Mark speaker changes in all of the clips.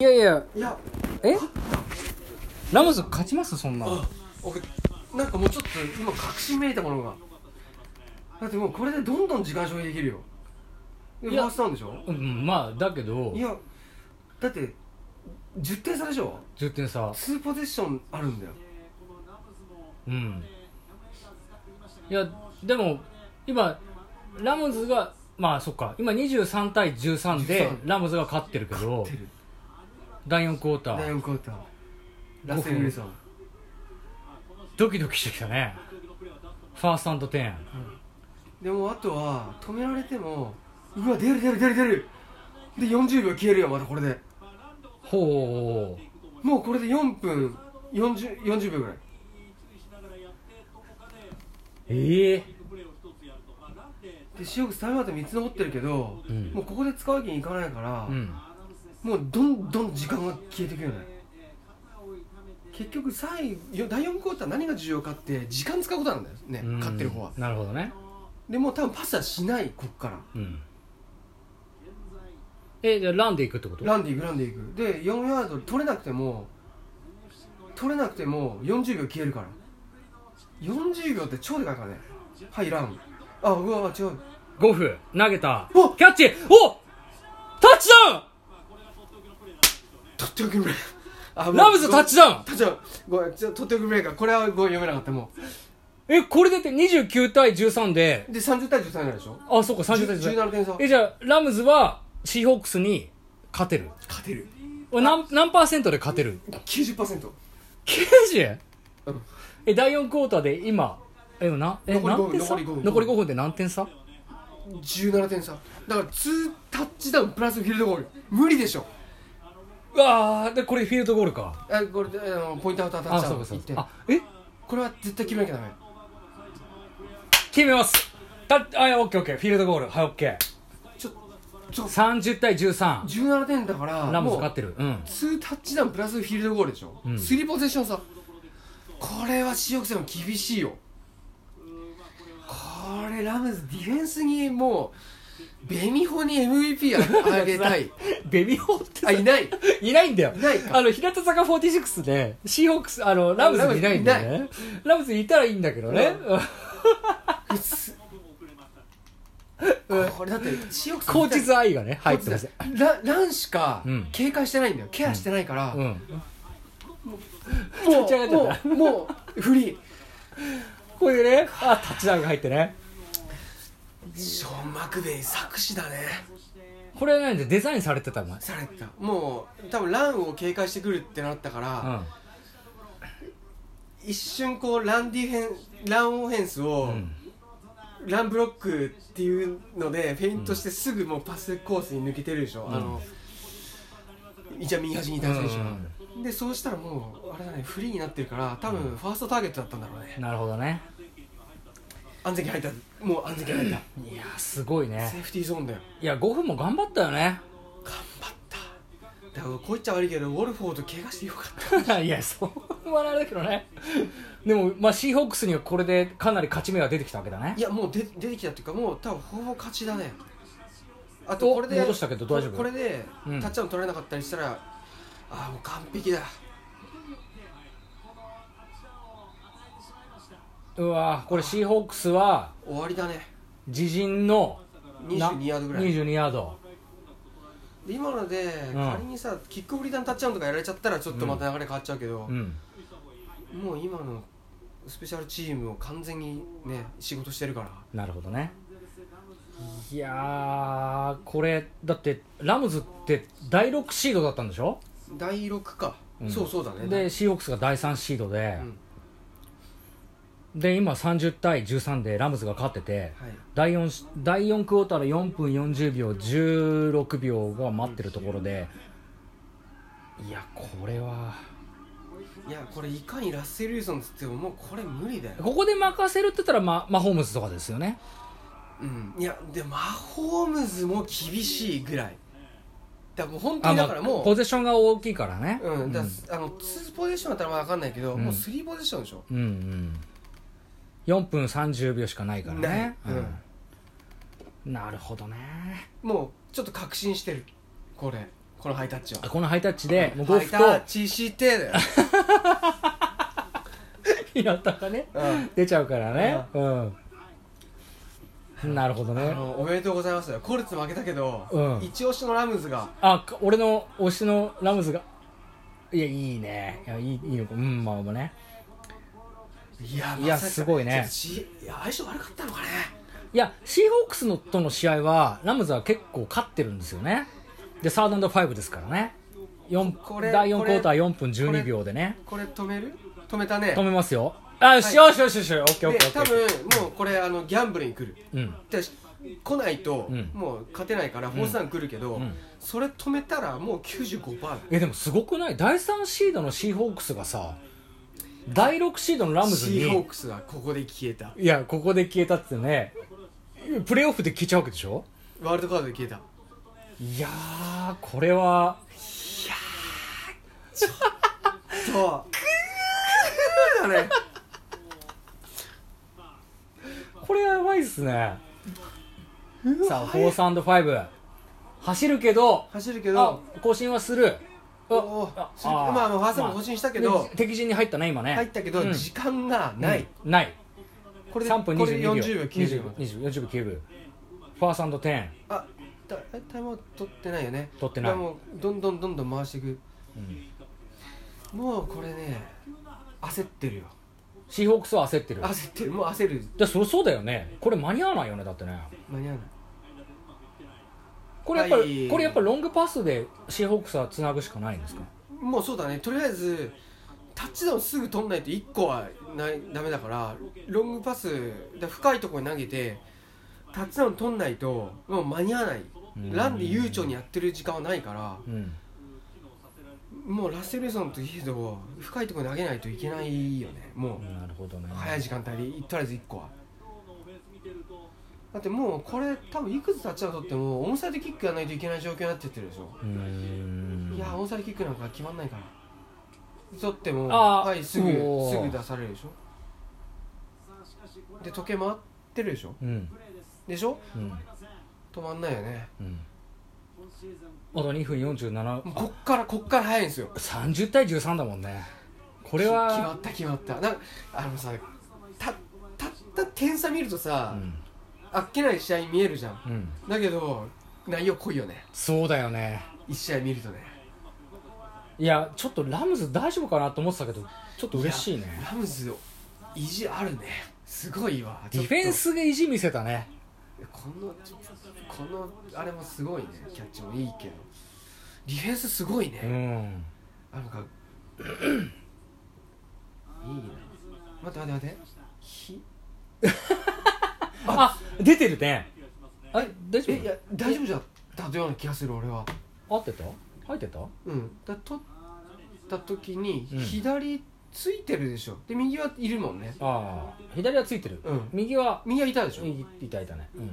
Speaker 1: いやいや
Speaker 2: いや
Speaker 1: えラモス勝ちますそんな
Speaker 2: あ俺なんかもうちょっと今確信めいたものがだってもうこれでどんどん時間消費できるよで
Speaker 1: い
Speaker 2: フ
Speaker 1: や
Speaker 2: ァーストなんでしょ
Speaker 1: うんまあだけど
Speaker 2: いやだって10点差でしょ
Speaker 1: 10点差
Speaker 2: 2ポゼッションあるんだよ
Speaker 1: うんいやでも今ラモズがまあそっか今23対13で
Speaker 2: 13
Speaker 1: ラモズが勝ってるけど
Speaker 2: 出る
Speaker 1: 第4クォータ
Speaker 2: 第
Speaker 1: ー
Speaker 2: 4クォーターラッセル・ウィルソン
Speaker 1: ドキドキしてきたねファーストテン
Speaker 2: でもあとは止められてもうわ出る出る出る出るで40秒消えるよまたこれで
Speaker 1: ほ
Speaker 2: もうこれで4分 40, 40秒ぐらいう
Speaker 1: ええ
Speaker 2: で塩口タイムアウト3つ残ってるけど、
Speaker 1: うん
Speaker 2: もうここで使うわけにいかないから、
Speaker 1: うん
Speaker 2: もうどんどん時間が消えていくよね結局最後第4クォーター何が重要かって時間使うことなんだよね、
Speaker 1: うん
Speaker 2: 勝ってる方は
Speaker 1: なるほどね
Speaker 2: でもう多分パスはしないこっから
Speaker 1: うんえじゃあランでいくってこと
Speaker 2: ランディーグランディーグで4ヤード取れなくても取れなくても40秒消えるから40秒って超でかいからねはいランあうわ違う
Speaker 1: ゴフ投げた
Speaker 2: お
Speaker 1: キャッチおタッチダ
Speaker 2: とっておきブレイあ
Speaker 1: ウンラムズタッチダウン
Speaker 2: タッチダウンごめんちょっととっておきブレイカーこれはごめん読めなかったも
Speaker 1: えこれだって29対13で
Speaker 2: うで30対13になるでしょ
Speaker 1: あそうか30対13
Speaker 2: 17点差
Speaker 1: えじゃあラムズはシーホークスに勝てる
Speaker 2: 勝てる
Speaker 1: 何何パーセントで勝てる
Speaker 2: 90%
Speaker 1: 90?
Speaker 2: うん
Speaker 1: え第4クォーターで今えなえ
Speaker 2: 残り
Speaker 1: 何
Speaker 2: 五分
Speaker 1: 点差
Speaker 2: 残り五分
Speaker 1: 残り5分で何点差
Speaker 2: 17点差だから2タッチダウンプラスフィールドゴール無理でしょ
Speaker 1: うわーでこれフィールドゴールか
Speaker 2: あこれであのポイントアウトタッ
Speaker 1: あ
Speaker 2: チダ
Speaker 1: そ
Speaker 2: ウ
Speaker 1: う
Speaker 2: ン
Speaker 1: かそ
Speaker 2: 1
Speaker 1: う
Speaker 2: 点
Speaker 1: かあえ
Speaker 2: これは絶対決めなきゃダメ
Speaker 1: 決めますたあいやオッケーオッケーフィールドゴールはいオッケ
Speaker 2: ちょちょ
Speaker 1: ー30対13
Speaker 2: 17点だから
Speaker 1: ラムズ
Speaker 2: もう
Speaker 1: 勝ってる うん
Speaker 2: 2タッチダウンプラスフィールドゴールでしょ、
Speaker 1: うん
Speaker 2: スリーポゼッション差これは塩草も厳しいよこれラムズディフェンスにもうベミホに MVP ああげ たい
Speaker 1: ベビーホーって
Speaker 2: あいない
Speaker 1: いないんだよ
Speaker 2: いないか
Speaker 1: あの日向坂46でシーホークスあのラムズにいないんだよねラムズにいたらいいんだけどね、
Speaker 2: うっすこれだって塩草
Speaker 1: コーチズアイがね入ってます
Speaker 2: ラランしか
Speaker 1: うん
Speaker 2: 警戒してないんだよ、ケアしてないから、
Speaker 1: うん
Speaker 2: も
Speaker 1: 立ち上がっちゃっ
Speaker 2: うもうもうフリ
Speaker 1: これでねあタッチダウンが入ってね
Speaker 2: ーショーン・マクベイ作詞だね
Speaker 1: これは何でデザインされてたの
Speaker 2: されてたもう多分ランを警戒してくるってなったから、
Speaker 1: うん
Speaker 2: 一瞬こうランディフェンランオフェンスを、
Speaker 1: うん
Speaker 2: ランブロックっていうのでフェイントしてすぐもうパスコースに抜けてるでしょ、あの一応右端にいた選手が、でそうしたらもうあれだねフリーになってるから多分ファーストターゲットだったんだろうね
Speaker 1: なるほどね
Speaker 2: 安全圏入ったもう安全圏入った、
Speaker 1: いやすごい
Speaker 2: セ
Speaker 1: ね
Speaker 2: ーフティーゾーンだよ
Speaker 1: いや5分も頑張ったよね
Speaker 2: 頑張っただからこう言っちゃ悪いけどウォルフォード怪我してよかった
Speaker 1: いやそうはあれだけどねでも、まあ、シーホークスにはこれでかなり勝ち目が出てきたわけだね
Speaker 2: いやもう出出てきたっていうかもう多分ほぼ勝ちだねあ
Speaker 1: お
Speaker 2: とこれで
Speaker 1: 戻したけど大丈夫
Speaker 2: これこれで
Speaker 1: うん
Speaker 2: タッチダウン取れなかったりしたら、ああもう完璧だ
Speaker 1: うわこれシーホークスは
Speaker 2: 終わりだね
Speaker 1: 自陣のな
Speaker 2: 22ヤードぐらい
Speaker 1: 22ヤード
Speaker 2: で今ので
Speaker 1: うん
Speaker 2: 仮にさキックオフリターンタッチダウンとかやられちゃったらちょっとまた流れ変わっちゃうけど
Speaker 1: う、ん
Speaker 2: もう今のスペシャルチームを完全にね仕事してるから
Speaker 1: なるほどねいやーこれだってラムズって第6シードだったんでしょ
Speaker 2: 第6か、
Speaker 1: うん
Speaker 2: そうそうだね
Speaker 1: でシーホークスが第3シード
Speaker 2: う
Speaker 1: で、
Speaker 2: ん
Speaker 1: で今30対13でラムズが勝ってて
Speaker 2: はい
Speaker 1: 第 4, 第4クォーターの4分40秒16秒が待ってるところでいやこれはい
Speaker 2: やこれいかにラッセル・ウィルソンっつってももうこれ無理だよ、
Speaker 1: ここで任せるって言ったらママホームズとかですよね
Speaker 2: うん、いやでマホームズも厳しいぐらいだからもう本当に
Speaker 1: ま
Speaker 2: だからも
Speaker 1: ポ
Speaker 2: う
Speaker 1: ゼションが大きいからね
Speaker 2: うん、だからあの2ポジションだったらまだ分かんないけど、
Speaker 1: うん
Speaker 2: もう3ポジションでしょ
Speaker 1: うんうん4分30秒しかないからね、
Speaker 2: ないうん
Speaker 1: うんなるほどね
Speaker 2: もうちょっと確信してるこれこのハイタッチは
Speaker 1: あこのハイタッチでもうゴ
Speaker 2: ハイ
Speaker 1: フ
Speaker 2: タ
Speaker 1: と
Speaker 2: ッチして だよ
Speaker 1: 平田がね
Speaker 2: うん
Speaker 1: 出ちゃうからねうんなるほど
Speaker 2: あ
Speaker 1: ね
Speaker 2: のおめでとうございますコルツ負けたけど、
Speaker 1: うん
Speaker 2: 一押しのラムズが
Speaker 1: あか俺の推しのラムズがいやいいねいやいいいいようんまあまあね
Speaker 2: いや
Speaker 1: いや
Speaker 2: まさか
Speaker 1: すごいね
Speaker 2: ちょっとしいや相性悪かったのかね
Speaker 1: いやシーホークスのとの試合はラムズは結構勝ってるんですよねでサードアンドファイブですからね四
Speaker 2: これ
Speaker 1: 第4
Speaker 2: こ
Speaker 1: ク
Speaker 2: れ
Speaker 1: ォーター4分
Speaker 2: これ
Speaker 1: 12秒でね
Speaker 2: これ止める止めたね
Speaker 1: 止めますよあよしよしよしよしよしオッケーオッ
Speaker 2: で
Speaker 1: ケーオッケー
Speaker 2: 多分もうこれあのギャンブルに来る
Speaker 1: うん
Speaker 2: で来ないと、
Speaker 1: うん
Speaker 2: もう勝てないからフォースダウン来るけど、
Speaker 1: うん
Speaker 2: それ止めたらもう95%だよ
Speaker 1: えでもすごくない第3シードのシーホークスがさ第6シードのラムズ
Speaker 2: シーホー
Speaker 1: に
Speaker 2: クスはここで消えた
Speaker 1: いやここで消えたってねプレーオフで消えちゃうわけでしょ
Speaker 2: ワールドカードで消えた
Speaker 1: いやーこれは
Speaker 2: そうクーだね
Speaker 1: これはやばいっすねさあフォースアンドファイブ走るけど
Speaker 2: 走るけ
Speaker 1: あ
Speaker 2: ど
Speaker 1: 更新はするあ
Speaker 2: おおするまあまあファーストも更新したけど
Speaker 1: まあで敵陣に入ったね今ね
Speaker 2: 入ったけど、
Speaker 1: うん
Speaker 2: 時間がない、
Speaker 1: うんない
Speaker 2: これで
Speaker 1: 3分
Speaker 2: これ
Speaker 1: 22秒
Speaker 2: 40秒90秒
Speaker 1: 20 40秒9秒ファースト10
Speaker 2: あだえタイムアウト取ってないよね
Speaker 1: 取ってない
Speaker 2: でもどんどんどんどん回していく、もうこれね焦ってるよ
Speaker 1: シーホークスは焦ってる
Speaker 2: 焦ってるもう焦る
Speaker 1: でそりゃそうだよねこれ間に合わないよねだってね
Speaker 2: 間に合わない
Speaker 1: これやっぱり、
Speaker 2: はい
Speaker 1: これやっぱロングパスでシーホークスはつなぐしかないんですか
Speaker 2: もうそうだねとりあえずタッチダウンすぐ取んないと1個はないダメだからロングパスだ深いところに投げてタッチダウン取んないともう間に合わない
Speaker 1: うん
Speaker 2: ランで悠長にやってる時間はないから
Speaker 1: うん
Speaker 2: もうラッセル・ウィルソンといえど深いところに投げないといけないよねも
Speaker 1: なるほどね
Speaker 2: う早い時間帯にとりあえず1個はだってもうこれ多分いくつタッチダウン取ってもオンサイドキックやらないといけない状況になってってるでしょ
Speaker 1: うーん
Speaker 2: いや、オンサイドキックなんか決まんないから。取っても、
Speaker 1: あー
Speaker 2: はい、すぐ、
Speaker 1: おー
Speaker 2: すぐ出されるでしょ。で、時計回ってるでしょ。
Speaker 1: うん
Speaker 2: でしょ
Speaker 1: うん
Speaker 2: 止まんないよね。
Speaker 1: うんあと2分
Speaker 2: もう
Speaker 1: 47
Speaker 2: こっから、こっから早いんですよ。
Speaker 1: 30対13だもんねこ
Speaker 2: こ
Speaker 1: れ
Speaker 2: 決ま
Speaker 1: は
Speaker 2: った、決まった。なんか、あのさ、た、たった点差見るとさ、あっけない試合に見えるじゃん。
Speaker 1: うん、うん、
Speaker 2: だけど、内容濃いよね。
Speaker 1: そうだよね
Speaker 2: 一試合見るとね。
Speaker 1: いやちょっとラムズ大丈夫かなと思ってたけどちょっと嬉しいね
Speaker 2: ラムズ、意地あるね。すごいわ。
Speaker 1: ディフェン
Speaker 2: ス
Speaker 1: スが意地見せたね
Speaker 2: このこのあれもすごいねキャッチもいいけどディフェンスすごいね、
Speaker 1: うん
Speaker 2: あなんかいいな待って待って待ってひ
Speaker 1: あ出てるねあれ大丈
Speaker 2: えい
Speaker 1: 夫
Speaker 2: や大丈夫じゃだったような気がする俺は
Speaker 1: 合ってた入ってた
Speaker 2: うんだ取った時に
Speaker 1: うん
Speaker 2: 左ついてるでしょ、で右はいるもんね
Speaker 1: ああ左はついてる、
Speaker 2: うん
Speaker 1: 右は
Speaker 2: 右はいたでしょ、
Speaker 1: いいたいたね、うん、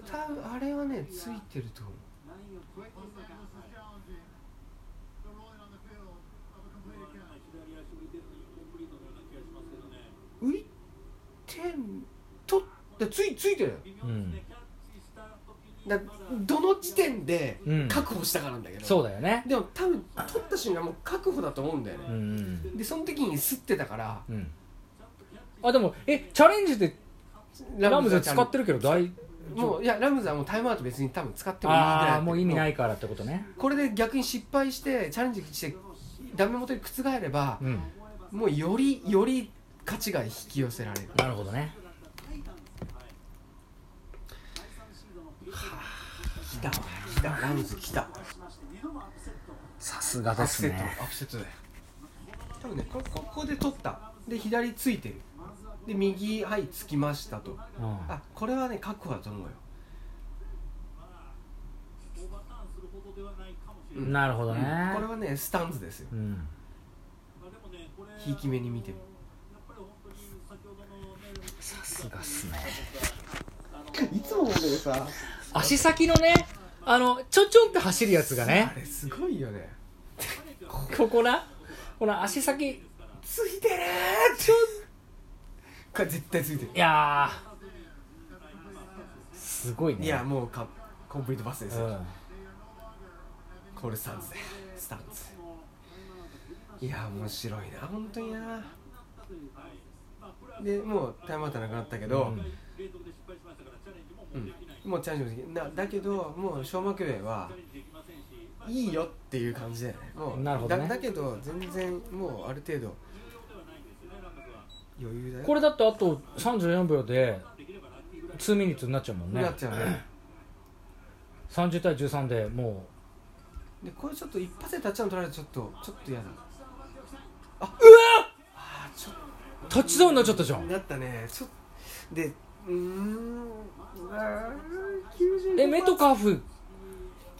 Speaker 2: 多分あれはねついてると思う浮いてんとだついついてるよ
Speaker 1: うん、
Speaker 2: だどの時点で
Speaker 1: うん
Speaker 2: 確保したかなんだけど、
Speaker 1: そうだよね
Speaker 2: でも多分取った瞬間もう確保だと思うんだよね
Speaker 1: う、ん
Speaker 2: でその時に吸ってたから
Speaker 1: うんうんあでもえチャレンジでラムズ
Speaker 2: は
Speaker 1: 使ってるけど大
Speaker 2: もういやラムズはもうタイムアウト別に多分使ってもいいぐらいだ
Speaker 1: あ
Speaker 2: っ
Speaker 1: あ
Speaker 2: た
Speaker 1: もう意味ないからってことね
Speaker 2: これで逆に失敗してチャレンジしてダメ元に覆れば
Speaker 1: う、ん
Speaker 2: もうよりより価値が引き寄せられる
Speaker 1: なるほどね
Speaker 2: 来たわ来たラムズ来た
Speaker 1: さすが
Speaker 2: アップセットアップセットだよ多分ねこここで取ったで左ついてるで右はいつきましたと
Speaker 1: うん
Speaker 2: あこれはね確保だと思うようん
Speaker 1: なるほどね
Speaker 2: これはねスタンズですよ
Speaker 1: うん
Speaker 2: ひいき目に見ても
Speaker 1: さすがっすね
Speaker 2: いつも思うけどさ
Speaker 1: 足先のねあのちょんちょんって走るやつがね
Speaker 2: あれすごいよね
Speaker 1: ここなこの足先
Speaker 2: ついてるーちょこれ絶対ついてる
Speaker 1: いやーすごいね
Speaker 2: いやもうかコンプリートパスです
Speaker 1: う
Speaker 2: よ、
Speaker 1: ん
Speaker 2: こホールスタンズでスタンズいや面白いな本当になでもうタイムアウトなくなったけど、うんもうチャレンジもできないなだけどもう小幕上はいいよっていう感じだよねもう
Speaker 1: なるほどね
Speaker 2: だだけど全然もうある程度余裕だよ
Speaker 1: これだってあと34秒で2ミニッツになっちゃうもんね
Speaker 2: なっちゃうね
Speaker 1: 30対13でも
Speaker 2: でこれちょっと一発でタッチアウト取られるとちょっとちょっと嫌だあうわあーちょっ
Speaker 1: うタッチダウンになっちゃったじゃ
Speaker 2: と
Speaker 1: ん
Speaker 2: なったねちょっでうーんあー95
Speaker 1: えメトカフ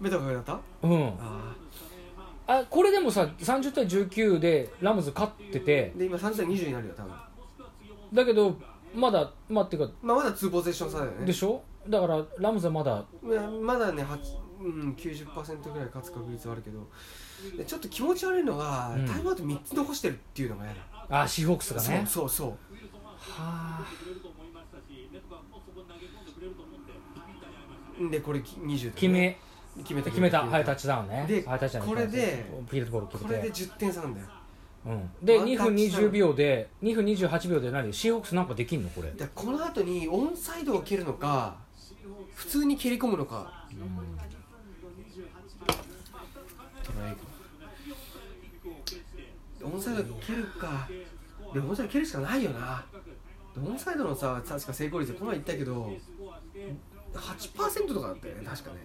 Speaker 2: 目とかがだった
Speaker 1: うん
Speaker 2: あ
Speaker 1: あこれでもさ30対19でラムズ勝ってて
Speaker 2: ーで今30対20になるよ多分
Speaker 1: だけどまだまあっていうか
Speaker 2: まあまだ2ポゼッション差だよね
Speaker 1: でしょだからラムズはまだ
Speaker 2: まあまだね、はちうん、90%ぐらい勝つ確率はあるけどでちょっと気持ち悪いのが、
Speaker 1: うん
Speaker 2: タイムアウト3つ残してるっていうのが嫌だ、
Speaker 1: あシーホークスが
Speaker 2: そう
Speaker 1: ね
Speaker 2: そうそう
Speaker 1: はあ
Speaker 2: でこれき20
Speaker 1: 決め
Speaker 2: 決めた
Speaker 1: 決めたはいタッチダウンね
Speaker 2: で
Speaker 1: はいタッチダウン
Speaker 2: これで
Speaker 1: フィールドボール決
Speaker 2: こ
Speaker 1: め
Speaker 2: れ
Speaker 1: て
Speaker 2: で10点差なんだよ
Speaker 1: うん、で
Speaker 2: ワン
Speaker 1: 2
Speaker 2: タッ
Speaker 1: 分
Speaker 2: チダウン
Speaker 1: 20秒で2分28秒で何シーホークスなんかできんのこれ
Speaker 2: だからこの後にオンサイドを蹴るのか普通に蹴り込むのか、トライオンサイド蹴るかでもオンサイド蹴るしかないよなでオンサイドのさ確か成功率この前言ったけど8%とかだったよね確かね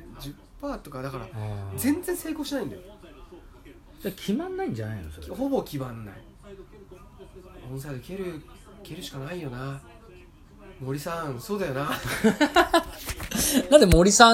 Speaker 2: 10%とかだから
Speaker 1: あー
Speaker 2: 全然成功しないんだよ
Speaker 1: で決まんないんじゃないのそれ
Speaker 2: ほぼ決まんないオンサイド蹴る蹴るしかないよな森さんそうだよな
Speaker 1: なんで森さん